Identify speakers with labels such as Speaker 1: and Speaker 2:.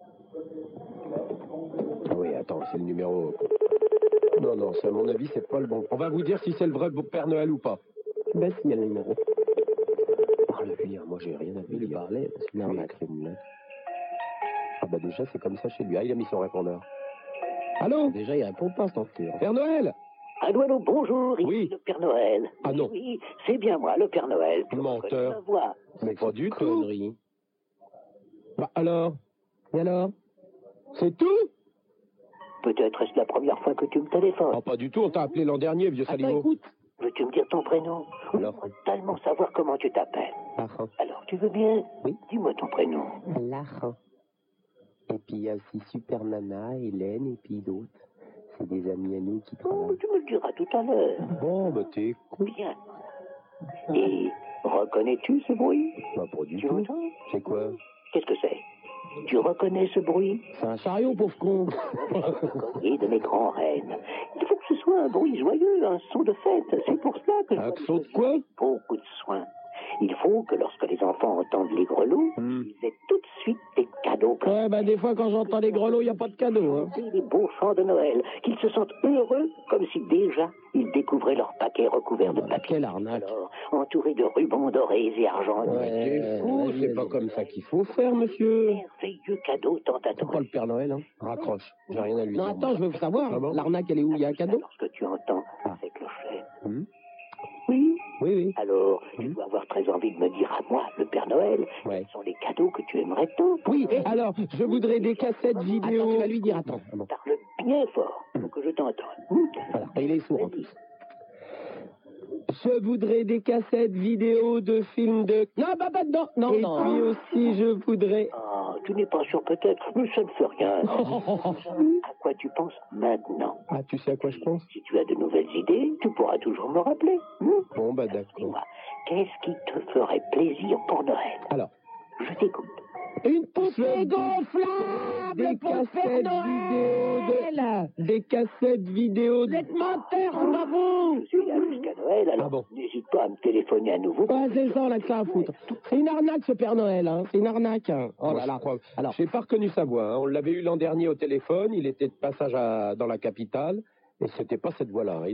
Speaker 1: Ah attends, c'est le numéro. Non, non, ça, à mon avis, c'est pas le bon. On va vous dire si c'est le vrai Père Noël ou pas.
Speaker 2: Ben, s'il y a le numéro.
Speaker 1: Parle-lui, hein, moi j'ai rien à lui
Speaker 2: Il
Speaker 1: dire.
Speaker 2: parlait, c'est une
Speaker 1: Oui,
Speaker 2: arnaque.
Speaker 1: c'est une blague. Ah bah déjà, c'est comme ça chez lui. Ah, il a mis son répondeur. Allô
Speaker 2: Déjà, il répond pas, cet enculé.
Speaker 1: Père Noël
Speaker 3: Allô, allô, bonjour, ici
Speaker 1: Oui.
Speaker 3: le Père Noël.
Speaker 1: Ah non.
Speaker 3: Oui, c'est bien moi, le Père Noël. Tu
Speaker 1: Menteur.
Speaker 3: reconnais ma voix.
Speaker 1: Mais pas du tout.
Speaker 2: Connerie.
Speaker 1: Bah alors,
Speaker 2: Et alors
Speaker 1: c'est tout
Speaker 3: Peut-être est-ce la première fois que tu me téléphones.
Speaker 1: Ah, pas du tout, on t'a appelé l'an dernier, vieux
Speaker 2: Attends,
Speaker 1: saligo.
Speaker 2: écoute.
Speaker 3: Veux-tu me dire ton prénom
Speaker 2: Alors
Speaker 3: Je veux tellement savoir comment tu t'appelles.
Speaker 2: Larin.
Speaker 3: Alors, tu veux bien
Speaker 2: Oui.
Speaker 3: Dis-moi ton prénom.
Speaker 2: Larin. Et puis, il y a aussi Super Nana, Hélène, et puis d'autres. C'est des amis à nous qui
Speaker 1: Ah
Speaker 3: Oh,
Speaker 2: travaillent.
Speaker 3: tu me le diras tout à l'heure.
Speaker 1: Bon, bah t'es con.
Speaker 3: Bien. Et reconnais-tu ce bruit
Speaker 1: Bah pas du
Speaker 3: Tu
Speaker 1: tout.
Speaker 3: l'entends
Speaker 1: C'est quoi
Speaker 3: Qu'est-ce que c'est Tu reconnais ce bruit
Speaker 2: C'est un chariot, pauvre con.
Speaker 3: Collier de mes grands reines. Il faut que ce soit un bruit joyeux, un son de fête. C'est pour cela que je
Speaker 1: Un
Speaker 3: dois
Speaker 1: son de quoi
Speaker 3: beaucoup de soin. Il faut que lorsque les enfants entendent les grelots,
Speaker 1: Hmm.
Speaker 3: ils aient tout de suite des cadeaux. comme
Speaker 2: Ouais, bah, des fois, quand j'entends les grelots, il n'y a pas de cadeau, hein.
Speaker 3: chanter les beaux chants de Noël, qu'ils se sentent heureux comme si déjà ils découvraient leur paquet recouvert de
Speaker 2: Ah,
Speaker 3: papier.
Speaker 2: Quelle arnaque.
Speaker 3: Alors, entourés de rubans dorés et argentés.
Speaker 2: Ouais.
Speaker 1: Mais t'es fou,
Speaker 2: vas-y,
Speaker 1: c'est
Speaker 2: vas-y.
Speaker 1: pas comme ça qu'il faut faire, monsieur.
Speaker 3: Merveilleux cadeau tant
Speaker 2: C'est pas
Speaker 3: attendu.
Speaker 2: le Père Noël, hein.
Speaker 1: Raccroche, j'ai rien à lui
Speaker 2: Non,
Speaker 1: dire.
Speaker 2: attends, je veux
Speaker 1: Ah
Speaker 2: savoir.
Speaker 1: bon
Speaker 2: L'arnaque, elle est où Il y a un cadeau
Speaker 3: Lorsque tu entends
Speaker 2: Ah.
Speaker 3: ces clochettes.
Speaker 1: Hmm.
Speaker 3: Oui,
Speaker 2: Oui, oui.
Speaker 3: alors tu
Speaker 1: Hmm.
Speaker 3: dois avoir très envie de me dire à moi, le Père Noël,
Speaker 2: Mmh. Ouais.
Speaker 3: quels sont les cadeaux que tu aimerais tant.
Speaker 2: Oui,
Speaker 3: Euh,
Speaker 2: alors, je voudrais des cassettes vidéo. Attends, tu vas lui dire, attends.
Speaker 3: Parle bien fort pour que je t'entende. Hmm.
Speaker 2: Mmh. Voilà, il est sourd en plus. Je voudrais des cassettes vidéo de films de... Non, bah, pas dedans Non,
Speaker 1: Et
Speaker 2: non.
Speaker 1: puis
Speaker 2: aussi, je voudrais...
Speaker 3: Ah, tu n'es pas sûr peut-être, mais ça ne fait rien.
Speaker 2: Ah,
Speaker 3: à quoi tu penses maintenant
Speaker 1: Ah, tu sais à quoi je pense
Speaker 3: Si tu as de nouvelles idées, tu pourras toujours me rappeler. Hmm
Speaker 1: Bon, bah d'accord.
Speaker 3: Dis-moi,
Speaker 2: Oh.
Speaker 3: qu'est-ce qui te ferait plaisir pour Noël
Speaker 2: Alors.
Speaker 3: Je t'écoute.
Speaker 2: Une poupée
Speaker 4: gonflable
Speaker 2: Des
Speaker 4: pour le Père
Speaker 2: cassettes vidéo
Speaker 4: Noël
Speaker 2: de... Des cassettes vidéo
Speaker 4: Vous
Speaker 2: de...
Speaker 4: êtes menteur, on va vous
Speaker 3: Je suis là jusqu'à Noël, alors
Speaker 2: Ah bon.
Speaker 3: n'hésite pas à me téléphoner à nouveau.
Speaker 2: Ouais, c'est ça, on a que ça à foutre. C'est une arnaque, ce Père Noël, hein. C'est une arnaque, hein. Oh
Speaker 1: Moi,
Speaker 2: là
Speaker 1: je
Speaker 2: là.
Speaker 1: crois-
Speaker 2: Alors,
Speaker 1: J'ai pas reconnu sa voix. hein. On l'avait eu l'an dernier au téléphone. Il était de passage à- dans la capitale. Et c'était pas cette voix-là. hein.